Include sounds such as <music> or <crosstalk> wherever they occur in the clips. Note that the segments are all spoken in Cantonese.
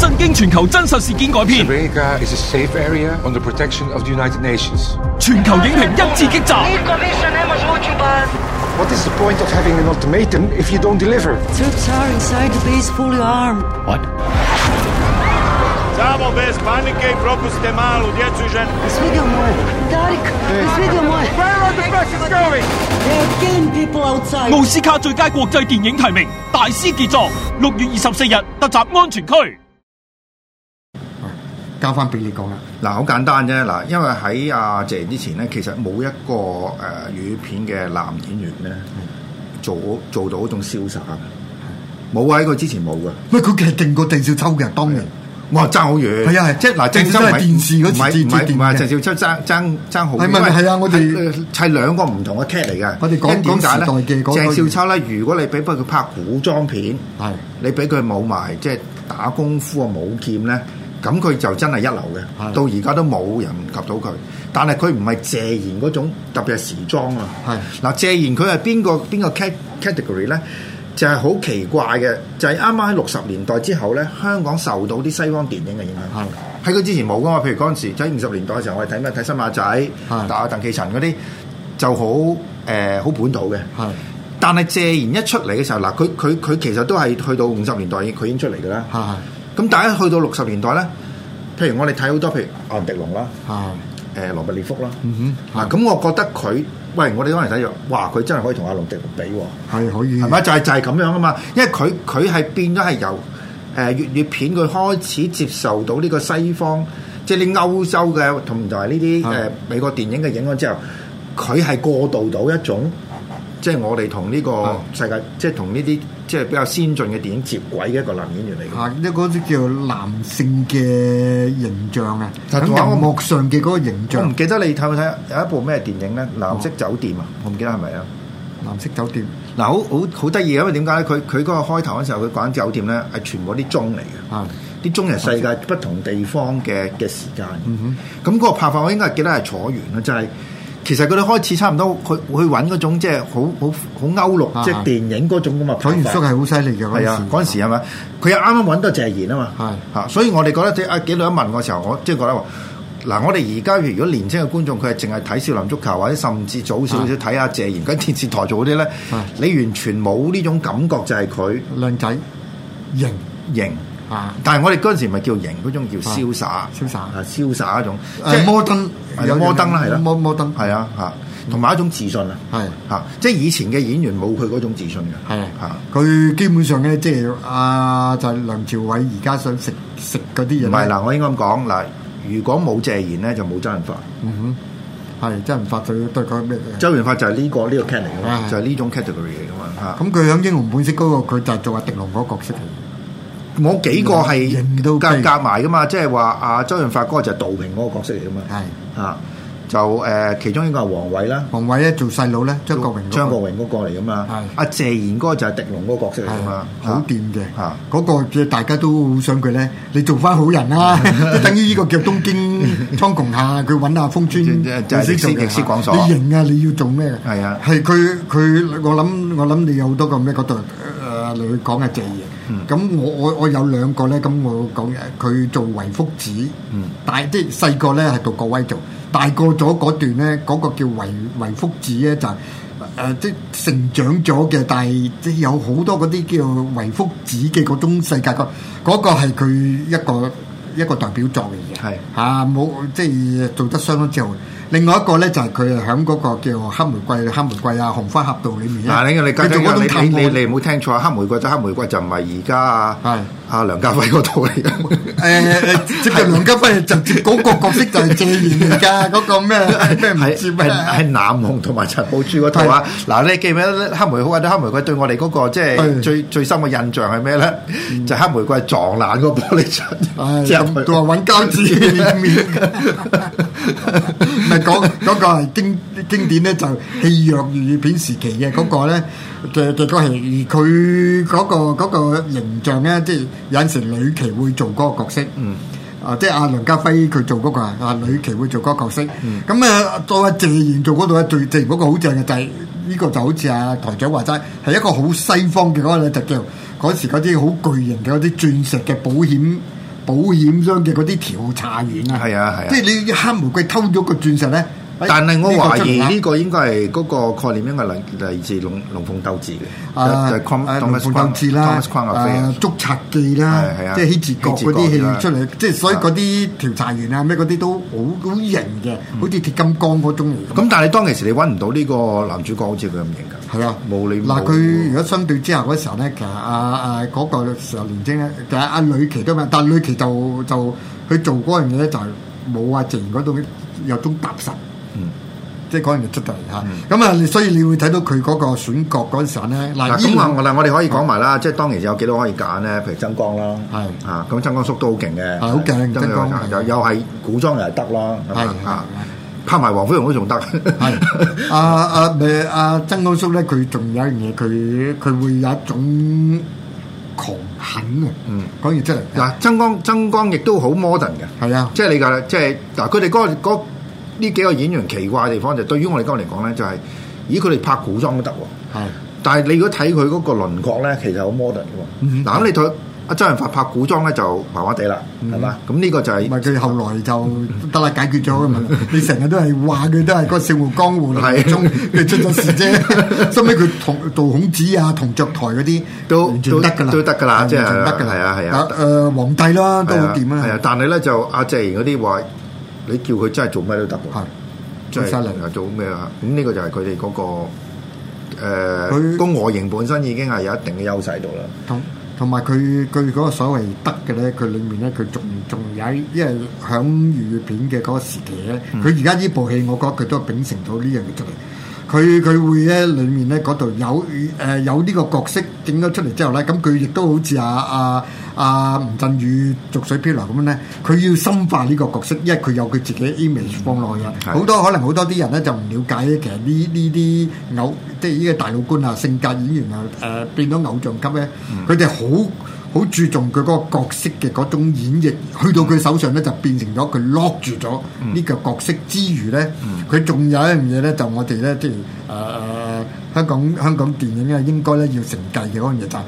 震驚全球真實事件改編， Rega is a safe area under protection of the United Nations. 全球影評一致激集。 What is the point of having an ultimatum if you don't deliver? Troops are inside the base fully armed. Samo bez panike i propustite malu djecu i ženu. This video more. Darik, this video more. Where are the buses going? There are game people outside. 奧斯卡最佳國際電影提名，大師傑作，六月二十四日特集安全區。交翻俾你講啦。嗱，好簡單啫。嗱，因為喺阿謝之前咧，其實冇一個誒、呃、粵語片嘅男演員咧做做到嗰種瀟灑嘅，冇啊喺佢之前冇嘅。喂，佢其實勁過鄭少秋嘅，當然。哇，爭好遠！係啊係即係嗱，鄭少鄭州秋唔係電視嗰唔次係接接唔係唔係電嘅鄭少秋爭爭爭好遠。係咪因為係啊我哋係係兩個唔同嘅 cat 嚟嘅。我哋講因為點解咧電視代嘅嗰個鄭少秋咧，如果你俾佢拍古裝片，係你俾佢冇埋即係打功夫啊武劍咧，咁佢就真係一流嘅。係到而家都冇人及到佢，但係佢唔係謝賢嗰種，特別係時裝啊。係嗱，謝賢佢係邊個邊個 cat- category 咧？就係好奇怪嘅，就係啱啱喺六十年代之後咧，香港受到啲西方電影嘅影響。喺佢之前冇噶嘛，譬如嗰陣時就喺五十年代嘅時候，我哋睇咩睇新馬仔、係打鄧寄塵嗰啲，就好誒好本土嘅。係但係謝賢一出嚟嘅時候，嗱佢佢佢其實都係去到五十年代已經佢已經出嚟㗎啦。係係咁大家去到六十年代咧，譬如我哋睇好多譬如阿迪龍啦。係誒羅伯列福啦。嗯哼嗱，咁我覺得佢，喂，我哋當然睇咗，哇，佢真係可以同阿龍迪龍比喎，係可以係咪？就係就係咁樣啊嘛，因為佢佢係變咗係由誒粵語片佢開始接受到呢個西方，即係啲歐洲嘅同埋呢啲係誒美國電影嘅影響之後，佢係過渡到一種。即係我哋同呢個世界，即係同呢啲即係比較先進嘅電影接軌嘅一個男演員嚟嘅。嚇！呢嗰啲叫男性嘅形象啊，但喺係音仲有一個樂上嘅嗰個形我唔象，記得你睇唔睇有一部咩電影咧？藍色酒店啊，我唔記得係咪啊？藍色酒店嗱，好好好得意啊嘅，因為點解咧？佢佢嗰個開頭嗰時候，佢講酒店咧係全部啲鐘嚟嘅，係啲鐘係世界嗯不同地方嘅嘅時間。咁嗰個拍法我應該係記得係楚原啊啦，就係、其實佢哋開始差唔多，佢去揾嗰種即係好好好歐陸啊即係電影嗰種咁嘅楚拍原法叔係好犀利嘅嗰係陣啊時，，嗰陣時係咪？佢又啱啱揾到謝賢啊嘛，係嚇，所以我哋覺得即係阿啊紀律一問我嘅時候，我即係覺得話。嗱，我哋而家如果年青嘅觀眾佢係淨係睇少林足球，或者甚至早啊少少睇下謝賢跟電視台做嗰啲咧係，你完全冇呢種感覺，就係佢靚仔型型。啊，但係我哋嗰陣時唔係叫型，嗰種叫瀟灑，瀟灑啊，瀟灑一種，誒摩登有摩登啦，係啦，摩摩登係啊，嚇，同埋一種自信啊，係嚇，即係以前嘅演員冇佢嗰種自信嘅，係嚇。佢基本上咧，即係啊，就係梁朝偉而家想食食嗰啲嘢咧，唔係嗱，我應該咁講嗱，如果冇謝賢咧，就冇周潤發。係真係唔發對對佢咩嘅。周潤發就係呢、個呢、個 cat 嚟噶嘛，嗯就係呢種 category 嚟噶嘛嚇。咁佢喺英雄本色嗰個，佢就係做阿狄龍嗰個角色嚟。我幾個係型到夾飛夾埋噶嘛，即係話阿周潤發嗰個就係杜平嗰個角色嚟噶嘛。係啊，就誒、其中一個係黃偉啦，王偉咧做細佬咧，張國榮嗰個。張國榮嗰個嚟噶嘛係。阿謝賢嗰個就係狄龍嗰個角色嚟噶嘛。好掂嘅嚇。，嗰個嘅大家都好想佢咧，你做翻好人 <laughs> 啦，即係等於呢個叫東京 <laughs> 蒼穹下，佢揾阿風川，就係佢識做歷史嘅歷史講所你型啊，你要做咩？係啊係佢佢，我諗我諗你有好多個咩嗰度誒，你講嘅謝嘢。咁我我我有兩個咧，咁我講佢做維福子，但係即係細個咧係杜國威做，大個咗嗰段咧嗰個叫維維福子咧就係誒即係成長咗嘅，但係即係有好多嗰啲叫維福子嘅嗰種世界觀，嗰個係佢一個一個代表作嚟嘅。係啊，冇即係呃做得相當之好。另外一個咧就係佢喺嗰個叫黑玫瑰、黑玫瑰啊、紅花俠道裏面呢嗱，你你佢做嗰種探你你你案。你唔好聽錯，啊黑玫瑰就黑玫瑰就唔係而家係啊阿梁家輝嗰套嚟嘅。 <laughs> 誒接近梁家輝就接嗰個角色就係謝賢嚟㗎，嗰個咩咩唔係知係咩係南紅同埋陳寶珠嗰套啊！嗱，你記唔記得黑玫瑰或者黑玫瑰對我哋嗰個即係嗯係最最深嘅印象係咩咧？就係黑玫瑰撞爛個玻璃窗，唉，之後佢咁仲話揾 <laughs> 膠紙 <laughs> 面面， <laughs> 唔係講嗰個係經經典咧，就戲弱粵語片時期嘅嗰個咧嘅嘅嗰戲，而佢嗰個嗰個形象咧，即係有陣時呂奇會做嗰個角色，嗯。啊！即係阿梁家輝佢做嗰、個啊，阿呂奇會做嗰個角色。嗯咁啊、到阿謝賢做嗰度咧，最謝賢嗰個好正嘅就係、呢、個就好似阿台長話齋，係一個好西方嘅嗰個咧，就叫嗰時嗰啲好巨型嘅嗰啲鑽石嘅保險保險商嘅嗰啲調查員啊，係啊係啊即係你黑玫瑰偷咗個鑽石咧，哎但係我呢個出懷疑名呢個應該係嗰個概念應該嚟嚟自龍龍鳳鬥志啊嘅，就誒係 Com- 龍 Thomas 鳳 Quan- 鬥志啦， Thomas Quan 阿飛啊誒捉賊記啦係係啊，即係希治閣嗰啲希治啊閣啦戲出嚟，即係所以嗰啲調查員啊咩嗰啲都好好型嘅，嗯好似鐵金剛嗰種嚟咁但係當其時你揾唔到呢個男主角好似佢咁型㗎，係啊，冇你嗱，冇佢如果相對之下嗰時候咧，其實阿阿嗰個時候年青咧，其實阿呂奇都咩，但係呂奇就就佢做嗰樣嘢咧就係冇阿靜嗰度有種踏實，嗯，即係嗰樣嘢出到嚟嚇。咁啊，你所以你會睇到佢嗰個選角嗰陣時候咧，嗱嗱，咁啊，呢我嗱我哋可以講埋啦，即係當其時有幾多可以揀咧？譬如曾江啦，係啊，咁曾江叔都好勁嘅，係好勁曾江係又又係古裝又係得啦，咁係啊係啊拍埋黃飛鴻都仲得，係阿阿咪阿曾江叔咧，佢仲有一樣嘢，佢佢會有一種狂狠啊！嗯，講完出嚟 <laughs> 嗱，曾江曾江亦都好 modern 嘅，係啊，即係你㗎，即係嗱，佢哋嗰個嗰呢幾個演員奇怪嘅地方就對於我哋今日嚟講咧，就係咦佢哋拍古裝都得喎。係但係你如果睇佢嗰個輪廓咧，其實好 modern 嗯嘅喎。嗱咁、你睇阿周潤發拍古裝咧就麻麻地啦，係嘛、咁呢個就嗯唔係係佢後來就得啦，解決咗嘅 <laughs> 問題。你成日都係話佢都係個《笑傲江湖》係中佢出咗事 <laughs> 啫。收尾佢同杜孔子啊、同雀台嗰啲都完全得㗎啦，都都得㗎啦係即係完全得㗎啦，係啊係啊誒皇帝啦都好掂係啊啊，，但係咧就阿謝賢嗰啲話，你叫佢真係做咩都得喎係。即係啊最犀利做咩啊？咁呢個就係佢哋嗰個誒佢個外形本身已經係有一定嘅優勢度啦。同同埋佢佢嗰個所謂得嘅咧，佢裡面咧佢仲仲有一，因為響粵語片嘅嗰個時期咧，佢而家呢部戲，我覺得佢都秉承到呢樣嘢出嚟。佢佢會咧，裡面咧嗰度有誒、呃有呢個角色整咗出嚟之後咧，咁佢亦都好似阿阿阿吳鎮宇《濁水漂流》咁樣咧，佢要深化呢個角色，因為佢有佢自己 image 放落去啊。係好多可能好多啲人咧就唔了解咧，其實呢呢啲偶即係呢個大老官啊、性格演員啊，誒、變咗偶像級咧，佢哋好好注重佢嗰個角色嘅嗰種演繹，去到佢手上咧就變成咗佢 lock 住咗呢個角色之餘咧，佢仲、有一樣嘢咧就我哋咧即係誒誒。呃香港香港電影咧應該咧要承繼嘅嗰樣嘢就係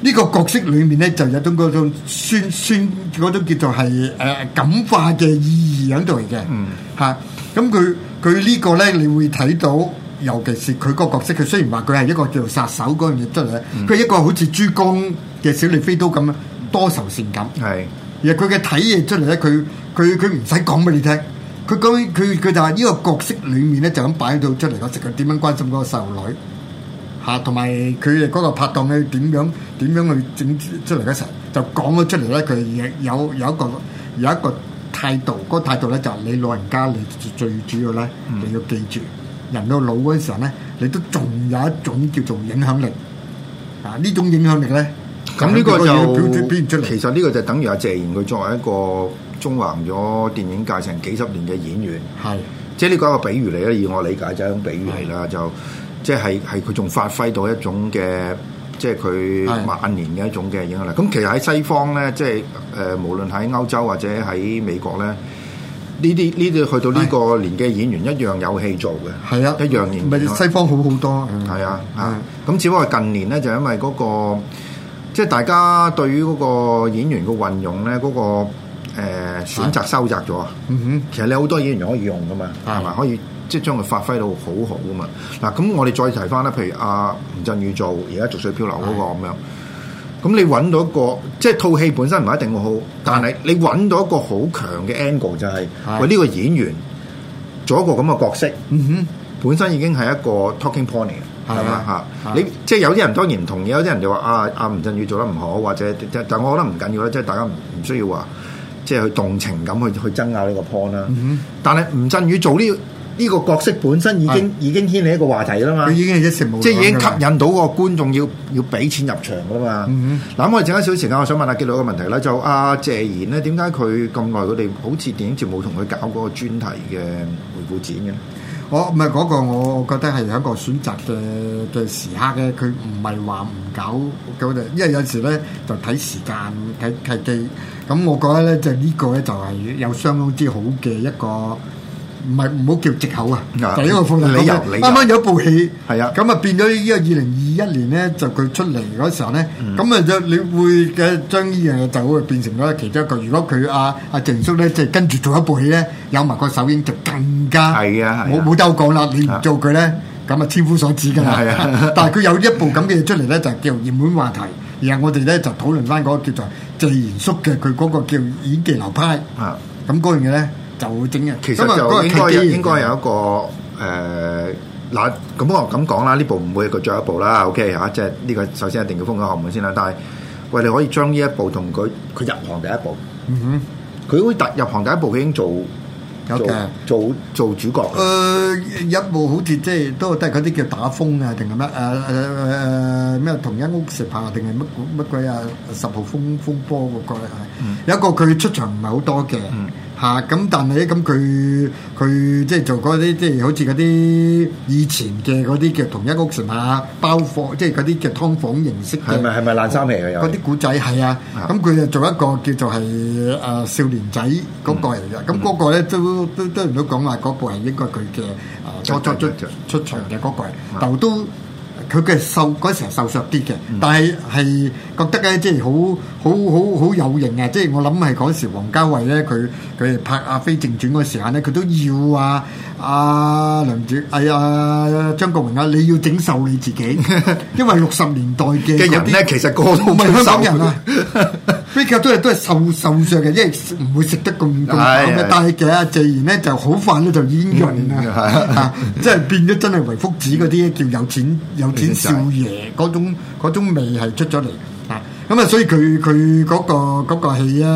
呢個角色裏面咧就有種嗰種酸酸嗰種叫做係誒感化嘅意義喺度嚟嘅，嚇咁佢佢呢個咧你會睇到。尤其是佢個角色，佢雖然話佢係一個叫做殺手嗰樣嘢出嚟咧，佢、一個好似珠江嘅小李飛刀咁樣多愁善感。係而佢嘅睇嘢出嚟咧，佢佢佢唔使講俾你聽，佢佢佢佢就係呢個角色裡面咧就咁擺到出嚟嗰時，佢點樣關心嗰個細路女嚇，同埋佢哋嗰個拍檔咧點樣點樣去整出嚟嗰時候，就講咗出嚟咧，佢亦有有一個有一個態度，嗰、個態度咧就係你老人家你最主要咧，嗯你要記住，人到老嗰陣時候咧，你都仲有一種叫做影響力啊！呢種影響力咧，咁呢個就係佢表表就現出嚟。其實呢個就等於阿謝賢佢作為一個中橫咗電影界成幾十年嘅演員。係。即係呢個一個比喻嚟啦，以我理解就係一種比喻嚟啦，就即係係佢仲發揮到一種嘅，即係佢係晚年嘅一種嘅影響力。咁其實喺西方咧，即係誒、呃、無論喺歐洲或者喺美國咧，呢啲呢啲去到呢個年紀嘅演員一樣有戲做嘅，係啊，一樣演唔係西方好好多，係啊，啊啊，咁只不過近年咧就因為嗰、個即係大家對於嗰個演員嘅運用咧，嗰、個誒選擇收窄咗啊。嗯其實你好多演員可以用噶嘛，係係咪可以即係將佢發揮到好好噶嘛？嗱，咁我哋再提翻啦，譬如阿吳鎮宇做而家《逐水漂流》嗰個咁樣，咁你揾到一個即係套戲本身唔一定會好，但係你揾到一個好強嘅 angle 就係、係喂呢個演員做一個咁嘅角色，哼，嗯本身已經係一個 talking point 嚟嘅，係啊係咪嚇？係你即係有啲人當然唔同意，有啲人就話啊啊吳鎮宇做得唔好，或者但但我覺得唔緊要啦，即係大家唔唔需要話即係去動情咁去去爭拗呢個 point 啦。嗯但係吳鎮宇做呢呢個角色本身已經已經掀起一個話題啦嘛哼，佢。已經係一成無兩㗎啦，即係已經吸引到個觀眾要要俾錢入場㗎啦嘛。嗯嗱、咁我哋剩翻少少時間，我想問下紀律一個問題啦，就阿、謝賢咧，點解佢咁耐佢哋好似電影節冇同佢搞嗰個專題嘅回顧展嘅咧？我唔係嗰個，我覺得係有一個選擇嘅嘅時刻嘅，佢唔係話唔搞搞嘅，因為有時咧就睇時間睇睇機。咁我覺得咧就呢個咧就係有相當之好嘅一個唔係唔好叫藉口啊！啊就係因為鳳理梨由講緊理由啱啱有一部戲，係啊咁啊變咗呢個二零二一年咧，就佢出嚟嗰時候咧，嗯咁啊就你會嘅將呢樣嘢就會變成咗其中一個。如果佢阿阿鄭叔咧，即係跟住做一部戲咧，有埋個首映就更加係啊係啊冇冇得講啦！你唔做佢咧，咁啊千夫所指㗎啦。係啊 <laughs> 但係佢有一部咁嘅嘢出嚟咧，就叫熱門話題，然後我哋咧就討論翻嗰個叫做謝賢叔嘅佢嗰個叫演技流派。啊咁嗰樣嘢咧就會整嘅。其實咁啊嗰就個應契該機有嚟嘅應該有一個誒嗱，咁、我咁講啦，呢部唔會係佢最後一部啦，OK 嚇、即係呢個首先一定要封咗後門先啦。但係喂，你可以將呢一部同佢佢入行第一部，嗯佢會突入行第一部，佢已經做有嘅做做做主角哼，誒、有呃一部好似即係都都係嗰啲叫打風啊，定係乜誒誒呃誒咩同一屋食飯啊定係乜乜鬼啊？十號風風波嗰個咧，嗯有一個佢出場唔係好多嘅嚇，咁、但係咧咁佢佢即係做嗰啲即係好似嗰啲以前嘅嗰啲叫同一屋食飯啊包房，即係嗰啲叫劏房形式嘅。係咪係咪爛衫嚟嘅又嗰啲古仔係啊啊，咁佢就做一個叫做係誒、呃少年仔嗰個嚟嘅，咁嗰個咧都都都唔到講話嗰部係應該佢嘅誒初初出出出場嘅嗰個嚟，但都佢嘅瘦嗰時候瘦削啲嘅，但係係覺得咧即係好好好好有型啊！即係我諗係嗰時王家衞咧，佢佢拍《阿飛正傳》嗰時間咧，佢都要啊啊梁子係啊張國榮啊，你要整瘦你 <laughs> 自己，因為六十年代嘅。嘅人咧，其實個個都唔係好香港 <laughs> 人啊瘦，Ricky 都係都係瘦瘦削嘅，因為唔會食得咁咁飽係係嘅。但係嘅阿謝賢咧就好快咧就已經潤嗯啦，係啊即係變咗真係為福子嗰啲叫有錢有錢少爺嗰種嗰種味係出咗嚟啊！咁啊，所以佢佢嗰個嗰、個戲咧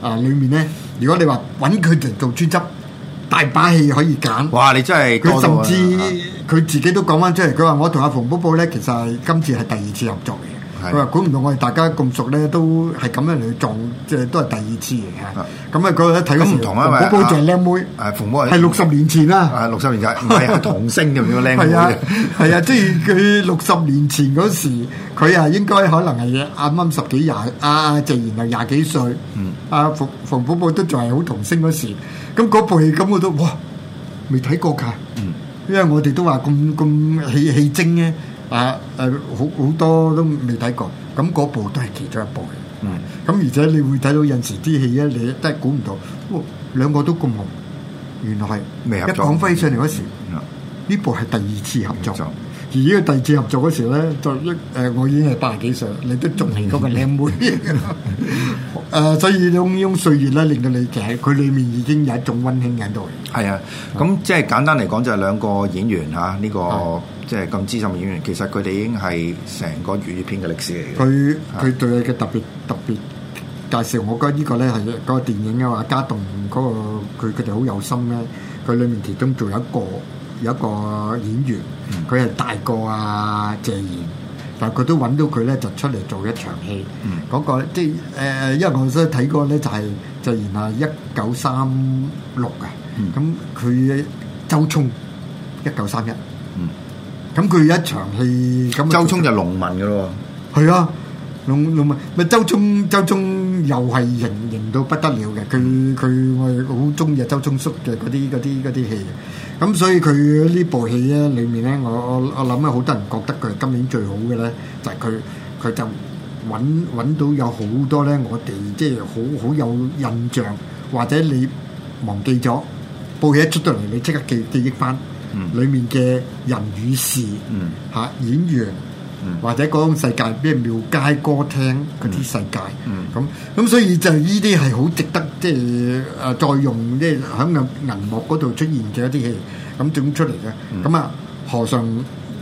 啊，裡面咧，如果你話揾佢嚟做專輯，大把戲可以揀。哇！你真係佢多到啊甚至佢自己都講翻出嚟，佢話我同阿馮寶寶咧，其實係今次係第二次合作係嚟嘅。佢話估唔到我哋大家咁熟咧，都係咁樣嚟撞，即係都係第二次啊嚟嘅。咁啊，佢一睇嗰咁時，唔同啊馮寶咪寶就係靚妹，啊馮寶係係六十年前啦。啊六十年代唔係係童星咁樣靚係啊女，係啊，即係佢六十年前嗰時，佢啊應該可能係啱啱十幾廿，啊謝賢又廿幾歲，嗯啊馮馮寶寶都仲係好童星嗰時，咁嗰部戲咁我都哇未睇過㗎，嗯因為我哋都話咁咁戲戲精咧，啊誒好好多都未睇過，咁嗰部都係其中一部嘅。嗯咁而且你會睇到有陣時啲戲咧，你真係估唔到，哇兩個都咁紅，原來係未合一作講輝上嚟嗰時。嗯呢部係第二次合作合作，而呢個第二次合作嗰時咧，就一誒、呃我已經係八十幾歲，你都仲係嗰個靚妹， <laughs> 誒、所以呢種呢種歲月咧，令到你其實佢裡面已經有一種温馨喺度。係啊，咁即係簡單嚟講就係兩個演員嚇，呢、個係即係咁資深嘅演員，其實佢哋已經係成個粵語片嘅歷史嚟嘅。佢佢對你嘅特別特別介紹，我覺得呢個咧係嗰個電影嘅話，家棟嗰、個佢佢哋好有心咧。佢裡面其中仲有一個有一個演員，佢係、大過啊謝賢，但係佢都揾到佢咧就出嚟做一場戲。嗰、個即係誒、呃因為我所睇過咧就係謝賢啊一九三六啊，咁佢周聰一九三一，咁佢有一場戲咁啊周做聰就農民嘅咯係啊，龍龍咪咪周中周中又係型型到不得了嘅，佢佢我係好中意啊周中叔嘅嗰啲嗰啲嗰啲戲嘅，咁所以佢呢部戲咧裏面咧，我我我諗咧好多人覺得佢係今年最好嘅咧，就係佢佢就揾揾到有好多咧，我哋即係好好有印象或者你忘記咗，部戲一出到嚟你即刻記記憶翻，裡面嘅人與事嗯嚇、演員。或者嗰種世界，咩廟街歌廳嗰啲世界，咁咁、所以就呢啲係好值得即係誒再用，即係喺個銀幕嗰度出現嘅一啲戲，咁整出嚟嘅。咁啊、何尚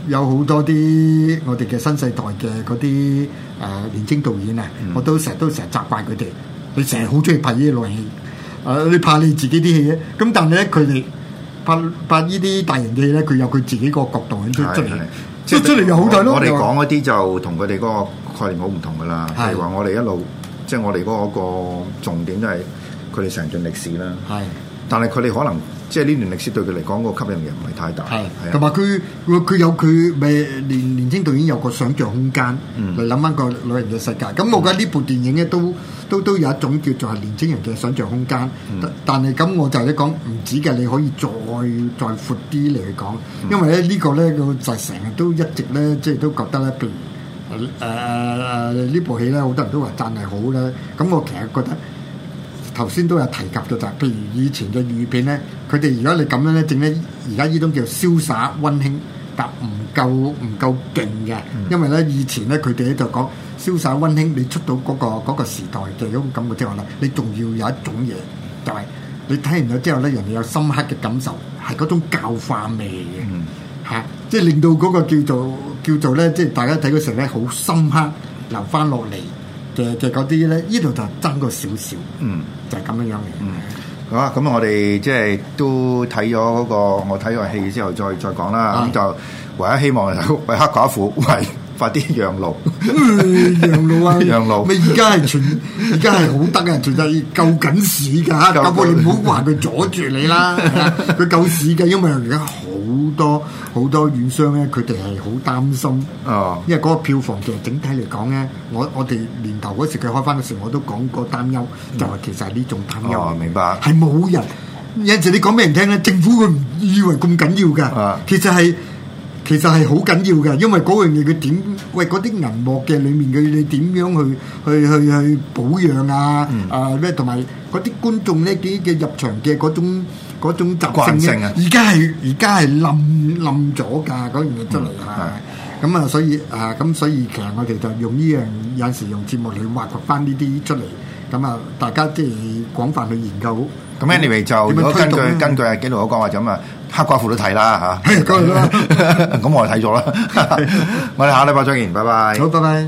有好多啲我哋嘅新世代嘅嗰啲誒年青導演啊，我都成日都成日責怪佢哋，佢成日好中意拍呢啲類戲，誒、你拍你自己啲戲咧，咁但係咧佢哋。拍拍呢啲大型嘅戲咧，佢有佢自己個角度喺出喎，出嚟係係，出出嚟又好睇咯。我我哋又話講嗰啲就同佢哋嗰個概念好唔同噶啦，啊係譬如話我哋一路即係我哋嗰個重點都係佢哋成段歷史啦。係但係佢哋可能即係呢段歷史對佢嚟講個吸引力唔係太大，係係同啊，埋佢佢有佢咪年年青導演有個想像空間嗯嚟諗翻個女人嘅世界。咁我覺得呢部電影咧都都都有一種叫做係年青人嘅想像空間。嗯但但係咁我就係講唔止嘅，你可以再再闊啲嚟講，嗯因為咧呢個咧個就成日都一直咧即係都覺得咧，譬如。誒誒誒呢部戲咧，好多人都話讚係好咧，咁我其實覺得頭先都有提及到就係，譬如以前嘅粵語片咧，佢哋如果你咁樣咧整咧，而家呢種叫瀟灑温馨，但唔夠唔夠勁嘅，因為咧以前咧佢哋咧就講瀟灑温馨，你出到嗰、個嗰、個時代嘅嗰種感覺之後咧，你仲要有一種嘢就係、你睇完咗之後咧，人哋有深刻嘅感受，係嗰種教化味嘅。嚇、即係令到嗰個叫做叫做咧，即係大家睇嗰時候咧，好深刻留翻落嚟嘅嘅嗰啲咧，呢度就爭過少少，嗯，就係咁樣樣嘅。好啊，咁我哋即係都睇咗嗰個，我睇完戲之後再再講啦。咁嗯就唯一希望就 <laughs> 為黑寡婦為快啲讓路。嗯養老啊， <laughs> 養老咪而家係全，而家係好得啊，全係夠緊屎㗎，夠夠過你唔好話佢阻住你 <laughs> 啦，係啊佢夠屎㗎，因為而家好多好多院商咧，佢哋係好擔心。哦，因為嗰個票房其實整體嚟講咧，我我哋年頭嗰時佢開翻嗰時，我都講過擔憂，就話其實係呢種擔憂。哦明白係冇人有陣時你講俾人聽咧，政府佢唔以為咁緊要㗎啊，其實係。其實係好緊要嘅，因為嗰樣嘢佢點喂嗰啲銀幕嘅裡面佢你點樣去去去去保養啊？嗯啊咩同埋嗰啲觀眾咧啲嘅入場嘅嗰種嗰種習慣性性啊咧，而家係而家係冧冧咗㗎，嗰樣嘢真係嗯嚇。咁啊，所以啊，咁所以其實我哋就用呢樣有陣時用節目嚟挖掘翻呢啲出嚟，咁啊，大家即係廣泛去研究。咁 anyway 就點如樣果推根據動咧根據阿紀陶所講話就咁啊，黑寡婦都睇 <laughs> 啦係嚇。梗係啦 <laughs> 咁我就睇咗啦。我哋下禮拜再見，拜拜。好，拜拜。